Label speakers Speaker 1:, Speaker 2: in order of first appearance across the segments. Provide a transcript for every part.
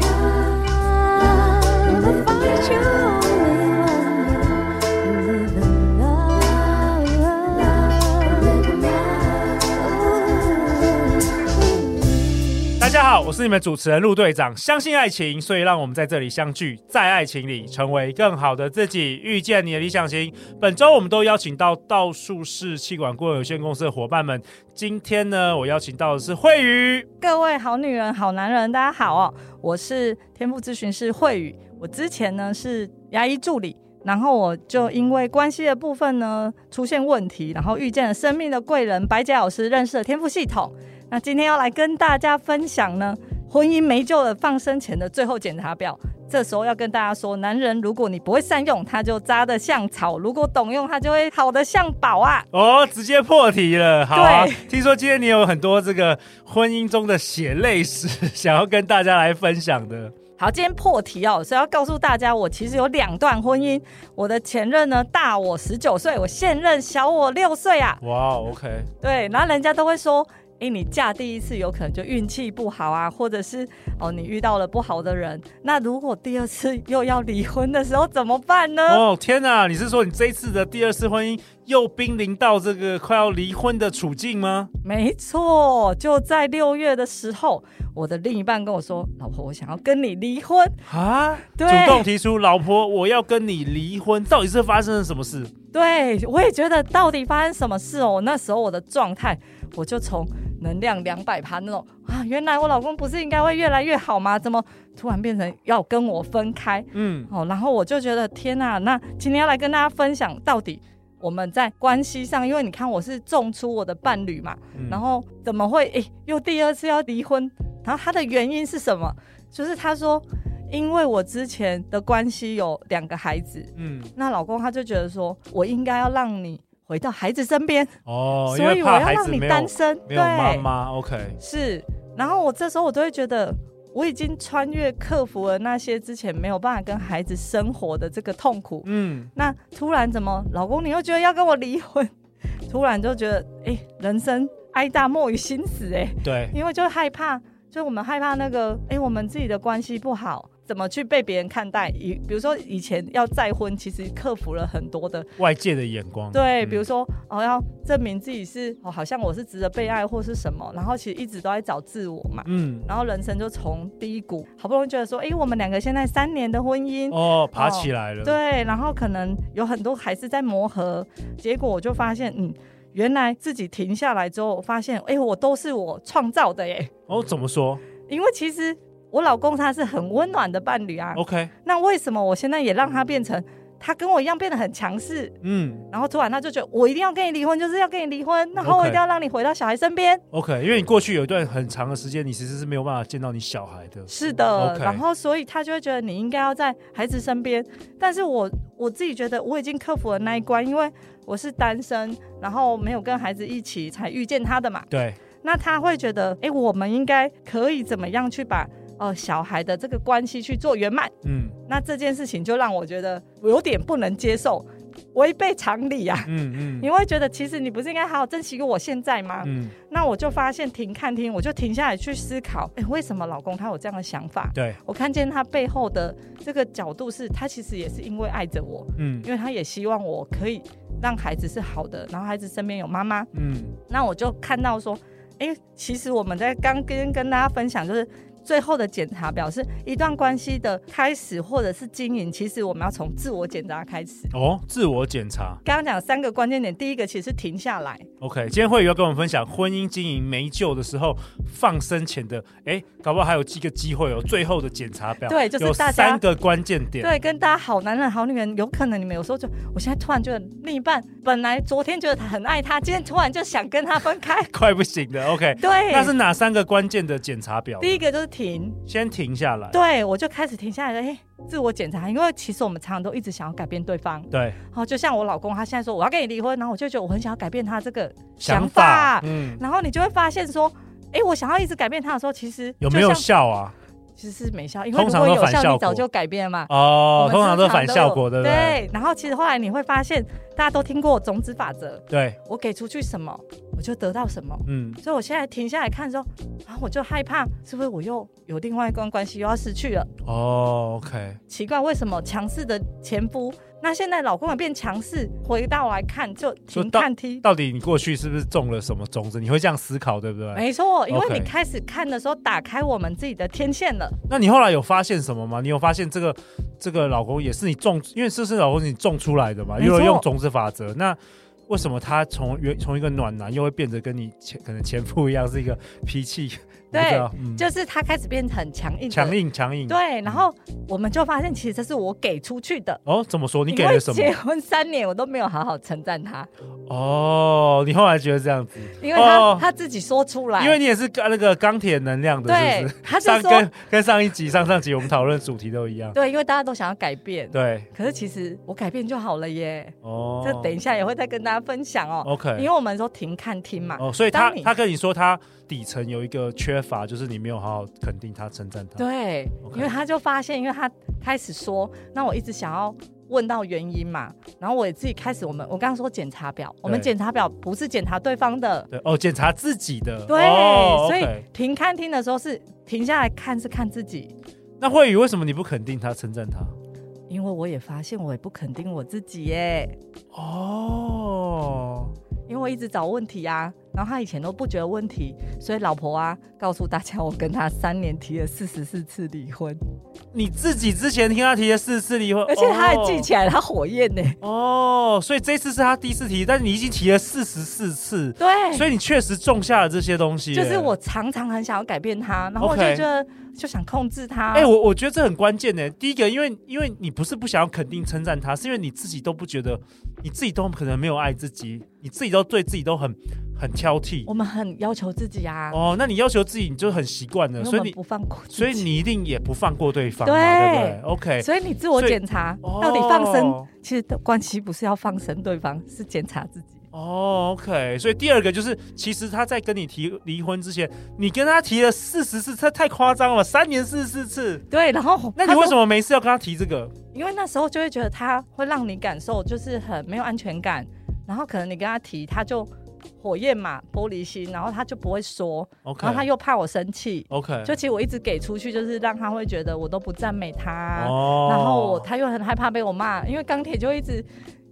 Speaker 1: Love, find you only one. Live in love, live in love.
Speaker 2: 大家好，我是你们主持人陆队长。相信爱情，所以让我们在这里相聚，在爱情里成为更好的自己，遇见你的理想型。本周我们都邀请到道术士气管顾问有限公司的伙伴们。今天呢，我邀请到的是慧宇。
Speaker 3: 各位好女人、好男人，大家好哦！我是天赋咨询师慧宇，我之前呢是牙医助理，然后我就因为关系的部分呢出现问题，然后遇见了生命的贵人白甲老师，认识了天赋系统。那今天要来跟大家分享呢，婚姻没救了，放生前的最后检查表。这时候要跟大家说，男人如果你不会善用，他就渣的像草；如果懂用，他就会好的像宝啊！
Speaker 2: 哦，直接破题了，好啊
Speaker 3: 对！
Speaker 2: 听说今天你有很多这个婚姻中的血泪史，想要跟大家来分享的。
Speaker 3: 好，今天破题哦，所以要告诉大家，我其实有两段婚姻。我的前任呢大我十九岁，我现任小我六岁啊。
Speaker 2: 哇，OK，
Speaker 3: 对，然后人家都会说，诶，你嫁第一次有可能就运气不好啊，或者是哦你遇到了不好的人。那如果第二次又要离婚的时候怎么办呢？
Speaker 2: 哦天哪，你是说你这一次的第二次婚姻又濒临到这个快要离婚的处境吗？
Speaker 3: 没错，就在六月的时候，我的另一半跟我说，老婆，我想要跟你离婚。
Speaker 2: 啊，主
Speaker 3: 对
Speaker 2: 动提出老婆，我要跟你离婚，到底是发生了什么事？
Speaker 3: 对，我也觉得到底发生什么事哦？那时候我的状态，我就从能量两百趴那种啊，原来我老公不是应该会越来越好吗？怎么突然变成要跟我分开？
Speaker 2: 嗯，
Speaker 3: 哦，然后我就觉得天呐、那今天要来跟大家分享到底。我们在关系上，因为你看我是种出我的伴侣嘛，
Speaker 2: 嗯
Speaker 3: 然后怎么会诶又第二次要离婚？然后他的原因是什么？就是他说，因为我之前的关系有两个孩子，
Speaker 2: 嗯，
Speaker 3: 那老公他就觉得说，我应该要让你回到孩子身边，
Speaker 2: 哦，因
Speaker 3: 所以
Speaker 2: 为
Speaker 3: 我
Speaker 2: 怕
Speaker 3: 要
Speaker 2: 孩
Speaker 3: 让
Speaker 2: 子
Speaker 3: 你
Speaker 2: 没有
Speaker 3: 单身，
Speaker 2: 没有妈妈，OK，
Speaker 3: 是。然后我这时候我都会觉得，我已经穿越克服了那些之前没有办法跟孩子生活的这个痛苦。
Speaker 2: 嗯，
Speaker 3: 那突然怎么，老公你又觉得要跟我离婚？ 突然就觉得，哎、人生哀大莫于心死、哎，
Speaker 2: 对，
Speaker 3: 因为就害怕，就我们害怕那个，哎、我们自己的关系不好，怎么去被别人看待？以比如说以前要再婚，其实克服了很多的
Speaker 2: 外界的眼光，
Speaker 3: 对，
Speaker 2: 嗯
Speaker 3: 比如说哦，要证明自己是哦，好像我是值得被爱或是什么，然后其实一直都在找自我嘛，
Speaker 2: 嗯，
Speaker 3: 然后人生就从低谷，好不容易觉得说，诶，我们两个现在三年的婚姻，
Speaker 2: 哦，爬起来了，，
Speaker 3: 对，然后可能有很多还是在磨合，结果我就发现，嗯，原来自己停下来之后，发现，诶，我都是我创造的耶，
Speaker 2: 哦，怎么说
Speaker 3: 因为其实我老公他是很温暖的伴侣啊，
Speaker 2: ？OK，
Speaker 3: 那为什么我现在也让他变成？他跟我一样变得很强势，
Speaker 2: 嗯
Speaker 3: 然后突然他就觉得我一定要跟你离婚，就是要跟你离婚，然后
Speaker 2: OK
Speaker 3: 我一定要让你回到小孩身边。
Speaker 2: ，OK，因为你过去有一段很长的时间，你其实是没有办法见到你小孩的，
Speaker 3: 是的
Speaker 2: OK
Speaker 3: 然后所以他就会觉得你应该要在孩子身边。但是我我自己觉得我已经克服了那一关，因为我是单身，然后没有跟孩子一起才遇见他的嘛。
Speaker 2: 对，
Speaker 3: 那他会觉得，哎，我们应该可以怎么样去把呃小孩的这个关系去做圆满？
Speaker 2: 嗯
Speaker 3: 那这件事情就让我觉得我有点不能接受，违背常理啊。
Speaker 2: 嗯嗯
Speaker 3: 你会觉得，其实你不是应该好好珍惜我现在吗？
Speaker 2: 嗯，
Speaker 3: 那我就发现停看听，我就停下来去思考，哎，为什么老公他有这样的想法？
Speaker 2: 对，
Speaker 3: 我看见他背后的这个角度是，他其实也是因为爱着我，
Speaker 2: 嗯
Speaker 3: 因为他也希望我可以让孩子是好的，然后孩子身边有妈妈。
Speaker 2: 嗯，
Speaker 3: 那我就看到说，哎，其实我们在刚跟跟大家分享，就是最后的检查表示一段关系的开始或者是经营，其实我们要从自我检查开始。
Speaker 2: 哦，自我检查，
Speaker 3: 刚刚讲三个关键点，第一个其实是停下来，
Speaker 2: OK，今天会有跟我们分享婚姻经营没救的时候，放生前的，哎，搞不好还有几个机会哦。最后的检查表，
Speaker 3: 对就是
Speaker 2: 有
Speaker 3: 大家
Speaker 2: 三个关键点，
Speaker 3: 对，跟大家好男人、好女人，有可能你们有时候就，我现在突然觉得另一半本来昨天觉得他很爱他，今天突然就想跟他分开。
Speaker 2: 快不行的。OK，
Speaker 3: 对，
Speaker 2: 那是嗯哪三个关键的检查表？
Speaker 3: 第一个就是停，
Speaker 2: 先停下来，
Speaker 3: 对我就开始停下来了，哎，自我检查，因为其实我们常常都一直想要改变对方。
Speaker 2: 对，
Speaker 3: 好，就像我老公，他现在说我要跟你离婚，然后我就觉得我很想要改变他这个
Speaker 2: 想
Speaker 3: 想
Speaker 2: 法
Speaker 3: 法，
Speaker 2: 嗯，
Speaker 3: 然后你就会发现说，哎，我想要一直改变他的时候，其实
Speaker 2: 有
Speaker 3: 就
Speaker 2: 没有
Speaker 3: 像
Speaker 2: 效啊？
Speaker 3: 其实是没效，因为
Speaker 2: 通
Speaker 3: 如
Speaker 2: 常
Speaker 3: 果
Speaker 2: 都
Speaker 3: 有
Speaker 2: 反效
Speaker 3: 效，你
Speaker 2: 果
Speaker 3: 早就改变了嘛。
Speaker 2: 哦
Speaker 3: 我，们
Speaker 2: 通常都是反效果，
Speaker 3: 对
Speaker 2: 对不对？
Speaker 3: 对，然后其实后来你会发现，大家都听过种子法则，
Speaker 2: 对，
Speaker 3: 我给出去什么，我就得到什么。
Speaker 2: 嗯，
Speaker 3: 所以我现在停下来看的时候，然后我就害怕，是不是我又有另外一段关系又要失去了？
Speaker 2: 哦，OK，
Speaker 3: 奇怪，为什么强势的前夫，那现在老公也变强势？回到来看就
Speaker 2: 就
Speaker 3: 停
Speaker 2: 到
Speaker 3: 看踢，
Speaker 2: 到底你过去是不是种了什么种子？你会这样思考，对不对？
Speaker 3: 没错，因为
Speaker 2: OK
Speaker 3: 你开始看的时候，打开我们自己的天线了。
Speaker 2: 那你后来有发现什么吗？你有发现这个这个老公也是你种，因为这是老公你种出来的嘛？
Speaker 3: 没
Speaker 2: 因
Speaker 3: 错
Speaker 2: 为用种子法则，那为什么他从原从一个暖男，又会变得跟你前可能前夫一样是一个脾气，
Speaker 3: 对
Speaker 2: 我不知道，嗯
Speaker 3: 就是他开始变得很强硬，
Speaker 2: 强。硬强硬。，
Speaker 3: 对，然后我们就发现，其实这是我给出去的。
Speaker 2: 哦，怎么说？你给
Speaker 3: 因为
Speaker 2: 了什么？
Speaker 3: 结婚三年，我都没有好好称赞他，
Speaker 2: 哦，你后来觉得这样子，
Speaker 3: 因为他、
Speaker 2: 哦
Speaker 3: 他自己说出来，
Speaker 2: 因为你也是那个钢铁能量的，是
Speaker 3: 对
Speaker 2: 不是？，
Speaker 3: 他就
Speaker 2: 上
Speaker 3: 说
Speaker 2: 跟跟上一集、上上集我们讨论的主题都一样。
Speaker 3: 对，因为大家都想要改变，
Speaker 2: 对，
Speaker 3: 可是其实我改变就好了耶。
Speaker 2: 哦，
Speaker 3: 这等一下也会再跟大家分享哦，
Speaker 2: OK，
Speaker 3: 因为我们说停看听嘛，
Speaker 2: 哦，所以他
Speaker 3: 当你
Speaker 2: 他跟你说他底层有一个缺乏，就是你没有好好肯定他、称赞他。
Speaker 3: 对
Speaker 2: OK
Speaker 3: 因为他就发现，因为他开始说，那我一直想要问到原因嘛，然后我也自己开始，我们我刚刚说检查表，我们
Speaker 2: 对
Speaker 3: 检查表不是检查对方的，
Speaker 2: 对哦，检查自己的。
Speaker 3: 对，
Speaker 2: 哦
Speaker 3: 所以
Speaker 2: OK
Speaker 3: 停看听的时候是停下来看是看自己，
Speaker 2: 那慧宇为什么你不肯定他、称赞他？
Speaker 3: 因为我也发现我也不肯定我自己耶，
Speaker 2: 哦，
Speaker 3: 因为我一直找问题啊，然后他以前都不觉得问题，所以老婆啊告诉大家，我跟他三年提了四十四次离 婚，
Speaker 2: 你自己之前听他提了四次离婚，
Speaker 3: 而且他还记
Speaker 2: 哦
Speaker 3: 起来，他火焰呢、
Speaker 2: 哦，所以这次是他第四题，但你已经提了四十四次，
Speaker 3: 对，
Speaker 2: 所以你确实种下了这些东西耶。
Speaker 3: 就是我常常很想要改变他，然后我就
Speaker 2: OK
Speaker 3: 觉得就想控制他。
Speaker 2: 哎、我我觉得这很关键呢。第一个，因为因为你不是不想要肯定称赞他，是因为你自己都不觉得，你自己都可能没有爱自己，你自己都对自己都很很挑剔。
Speaker 3: 我们很要求自己啊，
Speaker 2: 哦，那你要求自己，你就很习惯了，
Speaker 3: 因为我
Speaker 2: 所以
Speaker 3: 们
Speaker 2: 你
Speaker 3: 不放过自己，
Speaker 2: 所以你一定也不放过对方嘛，
Speaker 3: 对
Speaker 2: 对不对？OK，
Speaker 3: 所以你自我
Speaker 2: 所以
Speaker 3: 检查
Speaker 2: 哦
Speaker 3: 到底放生，其实关系不是要放生对方，是检查自己。
Speaker 2: 哦，OK，所以第二个就是，其实他在跟你提离婚之前，你跟他提了四十次，这太夸张了，三年四十四次。
Speaker 3: 对，然后
Speaker 2: 那你为什
Speaker 3: 么？
Speaker 2: 么没事要跟他提这个？
Speaker 3: 因为那时候就会觉得他会让你感受就是很没有安全感，然后可能你跟他提，他就火焰嘛，玻璃心，然后他就不会说，
Speaker 2: OK，
Speaker 3: 然后他又怕我生气。
Speaker 2: OK，
Speaker 3: 就其实我一直给出去，就是让他会觉得我都不赞美他，
Speaker 2: 哦
Speaker 3: 然后我他又很害怕被我骂，因为钢铁就一直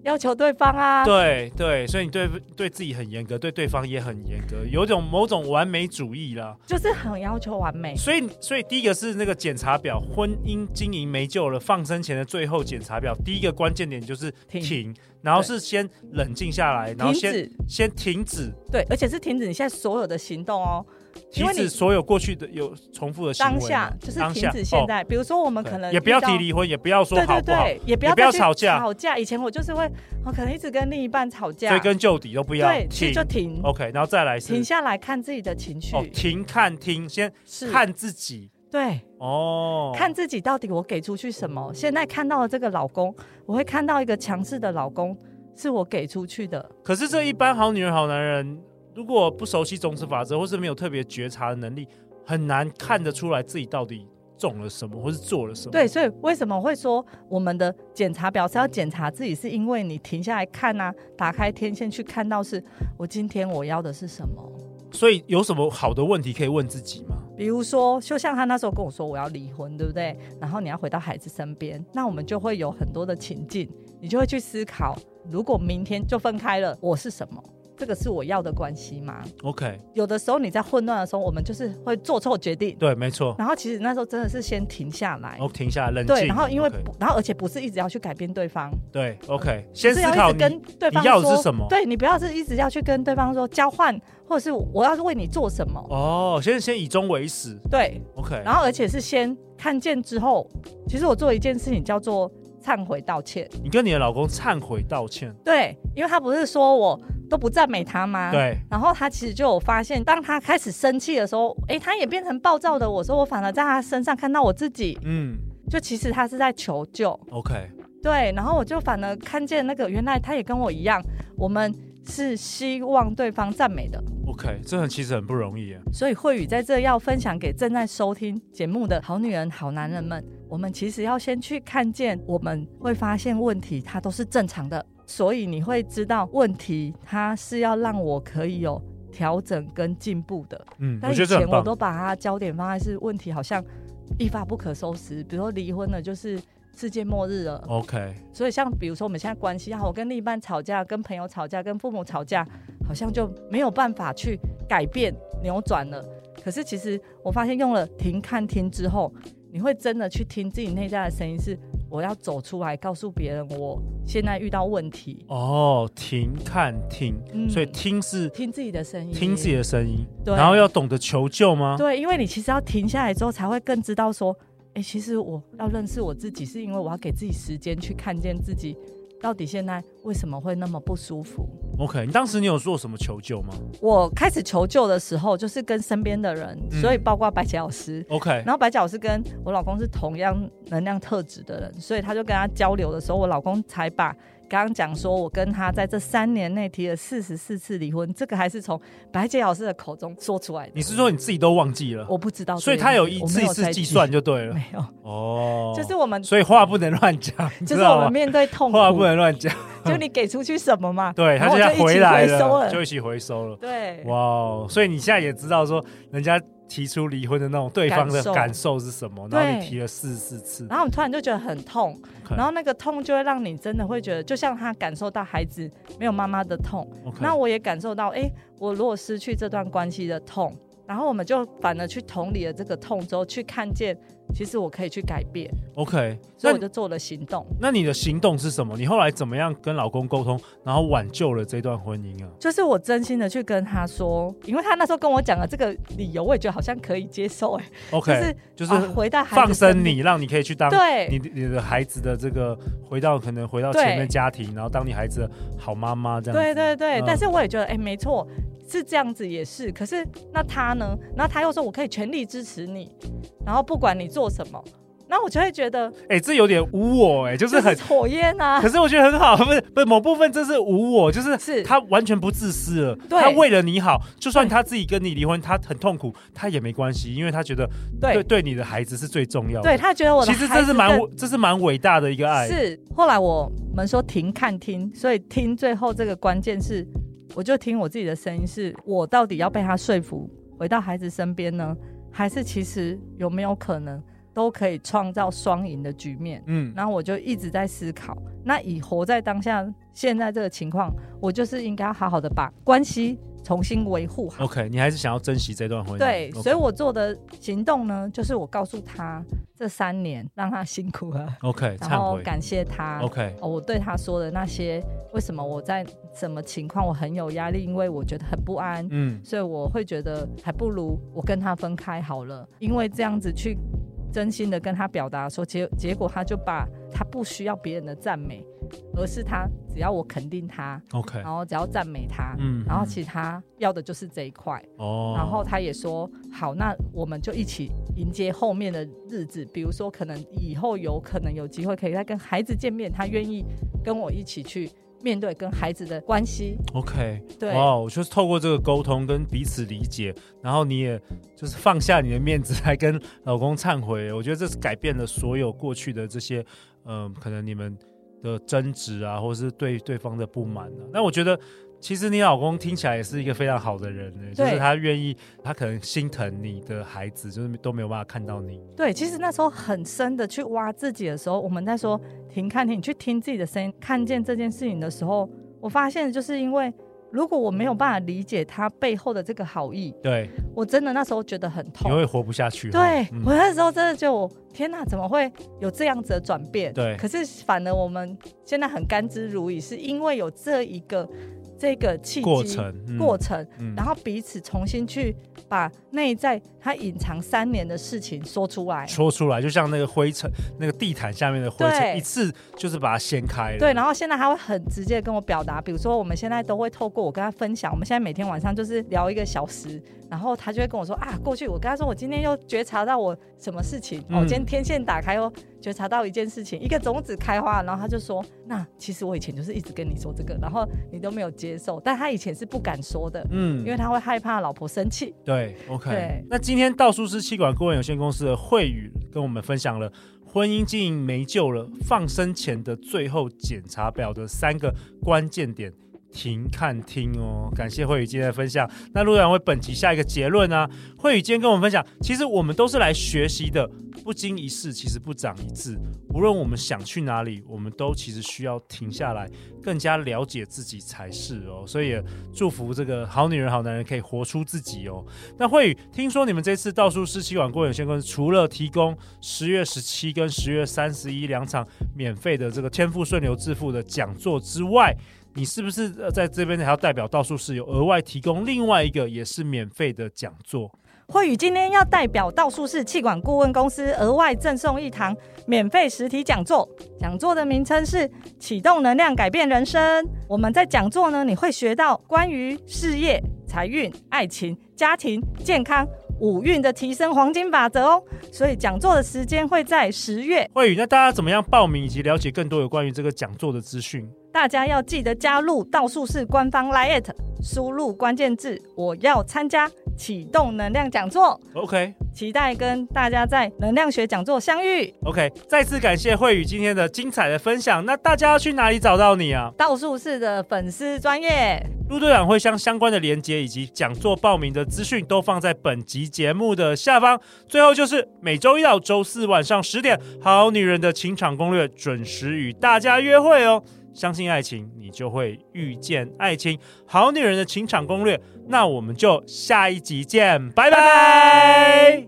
Speaker 3: 要求对方啊，
Speaker 2: 对对，所以你对对自己很严格，对对方也很严格，有一种某种完美主义啦。
Speaker 3: 就是很要求完美。
Speaker 2: 所以所以第一个是那个检查表，婚姻经营没救了，放生前的最后检查表，第一个关键点就是
Speaker 3: 停
Speaker 2: 停，然后
Speaker 3: 对
Speaker 2: 是先冷静下来，然后
Speaker 3: 停
Speaker 2: 先
Speaker 3: 止，
Speaker 2: 先停止，
Speaker 3: 对，而且是停止你现在所有的行动哦，因
Speaker 2: 停
Speaker 3: 为
Speaker 2: 止
Speaker 3: 你
Speaker 2: 所有过去的有重复的行为
Speaker 3: 当
Speaker 2: 嘛，
Speaker 3: 下就是
Speaker 2: 当
Speaker 3: 停
Speaker 2: 下
Speaker 3: 止现
Speaker 2: 哦
Speaker 3: 在，比如说我们
Speaker 2: 对
Speaker 3: 可能
Speaker 2: 也不要
Speaker 3: 遇到
Speaker 2: 提离婚，也不要说
Speaker 3: 对
Speaker 2: 好
Speaker 3: 对
Speaker 2: 不好，
Speaker 3: 对，也不要
Speaker 2: 也不要
Speaker 3: 再去
Speaker 2: 吵架
Speaker 3: 吵架。以前我就是会，我可能一直跟另一半吵架，
Speaker 2: 追根究底都不要，
Speaker 3: 啊对，去
Speaker 2: 停
Speaker 3: 就停，
Speaker 2: OK，然后再来是
Speaker 3: 停下来看自己的情绪
Speaker 2: 哦，，停看听，先
Speaker 3: 是
Speaker 2: 看自己
Speaker 3: 对，
Speaker 2: 哦，
Speaker 3: 看自己到底我给出去什么。现在看到了这个老公，我会看到一个强势的老公，是我给出去的，
Speaker 2: 可是这一般好女人、好男人，如果不熟悉种子法则，或是没有特别觉察的能力，很难看得出来自己到底种了什么，或是做了什么。
Speaker 3: 对，所以为什么会说我们的检查表是要检查自己，是因为你停下来看啊，打开天线去看到是我今天我要的是什么。
Speaker 2: 所以有什么好的问题可以问自己吗？
Speaker 3: 比如说，就像他那时候跟我说我要离婚，对不对？然后你要回到孩子身边，那我们就会有很多的情境，你就会去思考，如果明天就分开了，我是什么？这个是我要的关系吗？
Speaker 2: OK，
Speaker 3: 有的时候你在混乱的时候，我们就是会做错决定。
Speaker 2: 对，没错。
Speaker 3: 然后其实那时候真的是先停下来，
Speaker 2: 然后停下哦来冷静。
Speaker 3: 对，然后因为
Speaker 2: OK，
Speaker 3: 不然后而且不是一直要去改变对方，
Speaker 2: 对，OK，先
Speaker 3: 是
Speaker 2: 思
Speaker 3: 要
Speaker 2: 考
Speaker 3: 一直
Speaker 2: 你
Speaker 3: 跟对方
Speaker 2: 你要的
Speaker 3: 说
Speaker 2: 是什么
Speaker 3: 对你不要是一直要去跟对方说交换，或者是我要是为你做什么。
Speaker 2: 哦，先先以终为始。
Speaker 3: 对，
Speaker 2: OK，
Speaker 3: 然后而且是先看见之后，其实我做一件事情叫做忏悔道歉。
Speaker 2: 你跟你的老公忏悔道歉。
Speaker 3: 对，因为他不是说我都不赞美他吗？。
Speaker 2: 对，
Speaker 3: 然后他其实就有发现，当他开始生气的时候，诶，他也变成暴躁的我。说我反而在他身上看到我自己，
Speaker 2: 嗯
Speaker 3: 就其实他是在求救。
Speaker 2: ，OK，
Speaker 3: 对，然后我就反而看见那个，原来他也跟我一样，我们是希望对方赞美的。
Speaker 2: OK，这很其实很不容易耶。
Speaker 3: 所以慧宇在这要分享给正在收听节目的好女人、好男人们，我们其实要先去看见，我们会发现问题它都是正常的，所以你会知道问题它是要让我可以有调整跟进步的。
Speaker 2: 嗯，我
Speaker 3: 但
Speaker 2: 觉得
Speaker 3: 以
Speaker 2: 这
Speaker 3: 前
Speaker 2: 很
Speaker 3: 我
Speaker 2: 棒。
Speaker 3: 都把它焦点放在是问题好像一发不可收拾，比如说离婚了就是世界末日了，
Speaker 2: OK，
Speaker 3: 所以像比如说我们现在关系啊，我跟另一半吵架、跟朋友吵架、跟父母吵架，好像就没有办法去改变、扭转了。可是其实我发现用了停、看、听之后，你会真的去听自己内在的声音是，我要走出来，告诉别人我现在遇到问题，
Speaker 2: 哦，停看听，
Speaker 3: 嗯
Speaker 2: 所以听是
Speaker 3: 听自己的声音，
Speaker 2: 听自己的声音，
Speaker 3: 嗯对
Speaker 2: 然后要懂得求救吗？
Speaker 3: 对，因为你其实要停下来之后，才会更知道说，哎、其实我要认识我自己，是因为我要给自己时间去看见自己到底现在为什么会那么不舒服。
Speaker 2: OK，你当时你有做什么求救吗
Speaker 3: 我开始求救的时候，就是跟身边的人，
Speaker 2: 嗯
Speaker 3: 所以包括白姐老师。
Speaker 2: ？OK，
Speaker 3: 然后白姐老师跟我老公是同样能量特质的人，所以他就跟他交流的时候，我老公才把刚刚讲说我跟他在这三年内提了四十四次离婚，这个还是从白姐老师的口中说出来的。
Speaker 2: 你是说你自己都忘记了？
Speaker 3: 我不知道这件事，
Speaker 2: 所以他有一
Speaker 3: 我
Speaker 2: 次
Speaker 3: 没
Speaker 2: 一
Speaker 3: 有
Speaker 2: 次
Speaker 3: 在
Speaker 2: 计
Speaker 3: 记
Speaker 2: 算就对了。
Speaker 3: 没有，
Speaker 2: 哦，
Speaker 3: 就是我们，
Speaker 2: 所以话不能乱讲，你
Speaker 3: 就是
Speaker 2: 知
Speaker 3: 我
Speaker 2: 道
Speaker 3: 们
Speaker 2: 吗？
Speaker 3: 面对痛苦，
Speaker 2: 话不能乱讲，
Speaker 3: 就你给出去什么嘛，
Speaker 2: 对他
Speaker 3: 然后我
Speaker 2: 现在
Speaker 3: 就一
Speaker 2: 回
Speaker 3: 起
Speaker 2: 来
Speaker 3: 回收
Speaker 2: 了，
Speaker 3: 了
Speaker 2: 就一起回收了。
Speaker 3: 对，
Speaker 2: 哇哦！所以你现在也知道说人家提出离婚的那种对方的
Speaker 3: 感受
Speaker 2: 感受是什么，然后你
Speaker 3: 对
Speaker 2: 提了四十四次，
Speaker 3: 然后我们突然就觉得很痛，
Speaker 2: OK，
Speaker 3: 然后那个痛就会让你真的会觉得，就像他感受到孩子没有妈妈的痛，
Speaker 2: OK
Speaker 3: 那我也感受到，哎，我如果失去这段关系的痛，然后我们就反而去同理了这个痛之后，去看见其实我可以去改变，
Speaker 2: OK，
Speaker 3: 所
Speaker 2: 那
Speaker 3: 以我就做了行动。
Speaker 2: 那你的行动是什么？你后来怎么样跟老公沟通，然后挽救了这段婚姻啊？
Speaker 3: 就是我真心的去跟他说，因为他那时候跟我讲了这个理由，我也觉得好像可以接受、哎，
Speaker 2: OK，就是
Speaker 3: 啊回到孩子
Speaker 2: 放生
Speaker 3: 身边
Speaker 2: 你，让你可以去当
Speaker 3: 对
Speaker 2: 你你的孩子的这个回到可能回到
Speaker 3: 对
Speaker 2: 前面家庭，然后当你孩子的好妈妈这样。
Speaker 3: 对对对，
Speaker 2: 嗯
Speaker 3: 但是我也觉得，哎、没错，是这样子也是。可是那他呢？那他又说我可以全力支持你，然后不管你做什么，那我就会觉得
Speaker 2: 哎、这有点无我哎、就是
Speaker 3: 这
Speaker 2: 很
Speaker 3: 是，火焰啊
Speaker 2: 可。是我觉得很好，不是不是某部分这是无我，就是
Speaker 3: 是
Speaker 2: 他完全不自私了，
Speaker 3: 对
Speaker 2: 他为了你好，就算他自己跟你离婚，他很痛苦，他也没关系，因为他觉得对
Speaker 3: 对
Speaker 2: 对你的孩子是最重要的。
Speaker 3: 对，他觉得我的
Speaker 2: 其实这
Speaker 3: 孩
Speaker 2: 是
Speaker 3: 子
Speaker 2: 蛮
Speaker 3: 更
Speaker 2: 伟这是蛮伟大的一个爱。
Speaker 3: 是。后来我们说停看听，所以听最后这个关键是，我就听我自己的声音是，我到底要被他说服回到孩子身边呢，还是其实有没有可能都可以创造双赢的局面？
Speaker 2: 嗯，
Speaker 3: 然后我就一直在思考，那以活在当下现在这个情况，我就是应该好好的把关系重新维护好。
Speaker 2: OK，你还是想要珍惜这段婚姻。
Speaker 3: 对
Speaker 2: 嗯 OK
Speaker 3: 所以我做的行动呢，就是我告诉他这三年让他辛苦了，
Speaker 2: OK，
Speaker 3: 然
Speaker 2: 忏
Speaker 3: 后
Speaker 2: 悔。
Speaker 3: 感谢他。
Speaker 2: OK，
Speaker 3: 哦，我对他说的那些，为什么我在什么情况我很有压力，因为我觉得很不安，
Speaker 2: 嗯，
Speaker 3: 所以我会觉得还不如我跟他分开好了，因为这样子去真心的跟他表达说，结结果他就把他不需要别人的赞美，而是他只要我肯定他，
Speaker 2: OK，
Speaker 3: 然后只要赞美他，
Speaker 2: 嗯
Speaker 3: 然后
Speaker 2: 嗯
Speaker 3: 其实他要的就是这一块，
Speaker 2: 哦，
Speaker 3: 然后他也说好，那我们就一起迎接后面的日子，比如说可能以后有可能有机会可以再跟孩子见面，他愿意跟我一起去面对跟孩子的关系，
Speaker 2: OK，
Speaker 3: 对
Speaker 2: 哇，我就是透过这个沟通跟彼此理解，然后你也就是放下你的面子来跟老公忏悔，我觉得这是改变了所有过去的这些，嗯、可能你们的争执啊，或是对对方的不满
Speaker 3: 嗯
Speaker 2: 啊。那我觉得。其实你老公听起来也是一个非常好的人呢、就
Speaker 3: 对
Speaker 2: 是他愿意，他可能心疼你的孩子，就是都没有办法看到你。
Speaker 3: 对，其实那时候很深的去挖自己的时候，我们在说停看停，你去听自己的声音，看见这件事情的时候，我发现就是因为如果我没有办法理解他背后的这个好意，
Speaker 2: 对，
Speaker 3: 我真的那时候觉得很
Speaker 2: 你
Speaker 3: 痛。
Speaker 2: 会活不下去哦。
Speaker 3: 对、
Speaker 2: 嗯
Speaker 3: 我那时候真的就我天哪，怎么会有这样子的转变？
Speaker 2: 对
Speaker 3: 可是反而我们现在很甘之如饴，是因为有这一个这个契机
Speaker 2: 过程，嗯
Speaker 3: 过，程
Speaker 2: 嗯
Speaker 3: 然后彼此重新去把内在他隐藏三年的事情说出来。
Speaker 2: 戳出来，就像那个灰尘，那个地毯下面的灰尘，
Speaker 3: 对
Speaker 2: 一次就是把它掀开了。
Speaker 3: 对，然后现在他会很直接地跟我表达，比如说我们现在都会透过我跟他分享，我们现在每天晚上就是聊一个小时，然后他就会跟我说啊，过去我跟他说我今天又觉察到我什么事情，哦，
Speaker 2: 嗯
Speaker 3: 今天天线打开哦，觉察到一件事情，一个种子开花，然后他就说：“那其实我以前就是一直跟你说这个，然后你都没有接受，但他以前是不敢说的，
Speaker 2: 嗯
Speaker 3: 因为他会害怕老婆生气。
Speaker 2: 对，OK。
Speaker 3: 对
Speaker 2: 那今天道叔师气管顾问有限公司的慧宇跟我们分享了婚姻经营没救了，放生前的最后检查表的三个关键点。停看听哦，感谢慧宇今天的分享。那陆阳为本集下一个结论呢、啊？慧宇今天跟我们分享，其实我们都是来学习的，不经一事，其实不长一智。无论我们想去哪里，我们都其实需要停下来，更加了解自己才是哦。所以也祝福这个好女人、好男人可以活出自己哦。那慧宇，听说你们这次道术师气管顾问有限公司除了提供十月十七跟十月三十一两场免费的这个天赋顺流致富的讲座之外，你是不是呃在这边还要代表道术师有额外提供另外一个也是免费的讲座？
Speaker 3: 慧宇今天要代表道术士气管顾问公司额外赠送一堂免费实体讲座，讲座的名称是“启动能量改变人生”。我们在讲座呢，你会学到关于事业、财运、爱情、家庭、健康五运的提升黄金法则哦。所以讲座的时间会在十月，
Speaker 2: 慧宇，那大家怎么样报名以及了解更多有关于这个讲座的资讯？
Speaker 3: 大家要记得加入道术士官方 Line，输入关键字“我要参加启动能量讲座”。
Speaker 2: OK
Speaker 3: 期待跟大家在能量学讲座相遇。
Speaker 2: OK，再次感谢慧宇今天的精彩的分享。那大家要去哪里找到你啊？
Speaker 3: 道术士的粉丝专业，
Speaker 2: 陆队长会将相关的连接以及讲座报名的资讯都放在本集节目的下方。最后就是每周一到周四晚上十点，《好女人的情场攻略》准时与大家约会哦。相信爱情，你就会遇见爱情。好女人的情场攻略，那我们就下一集见，拜拜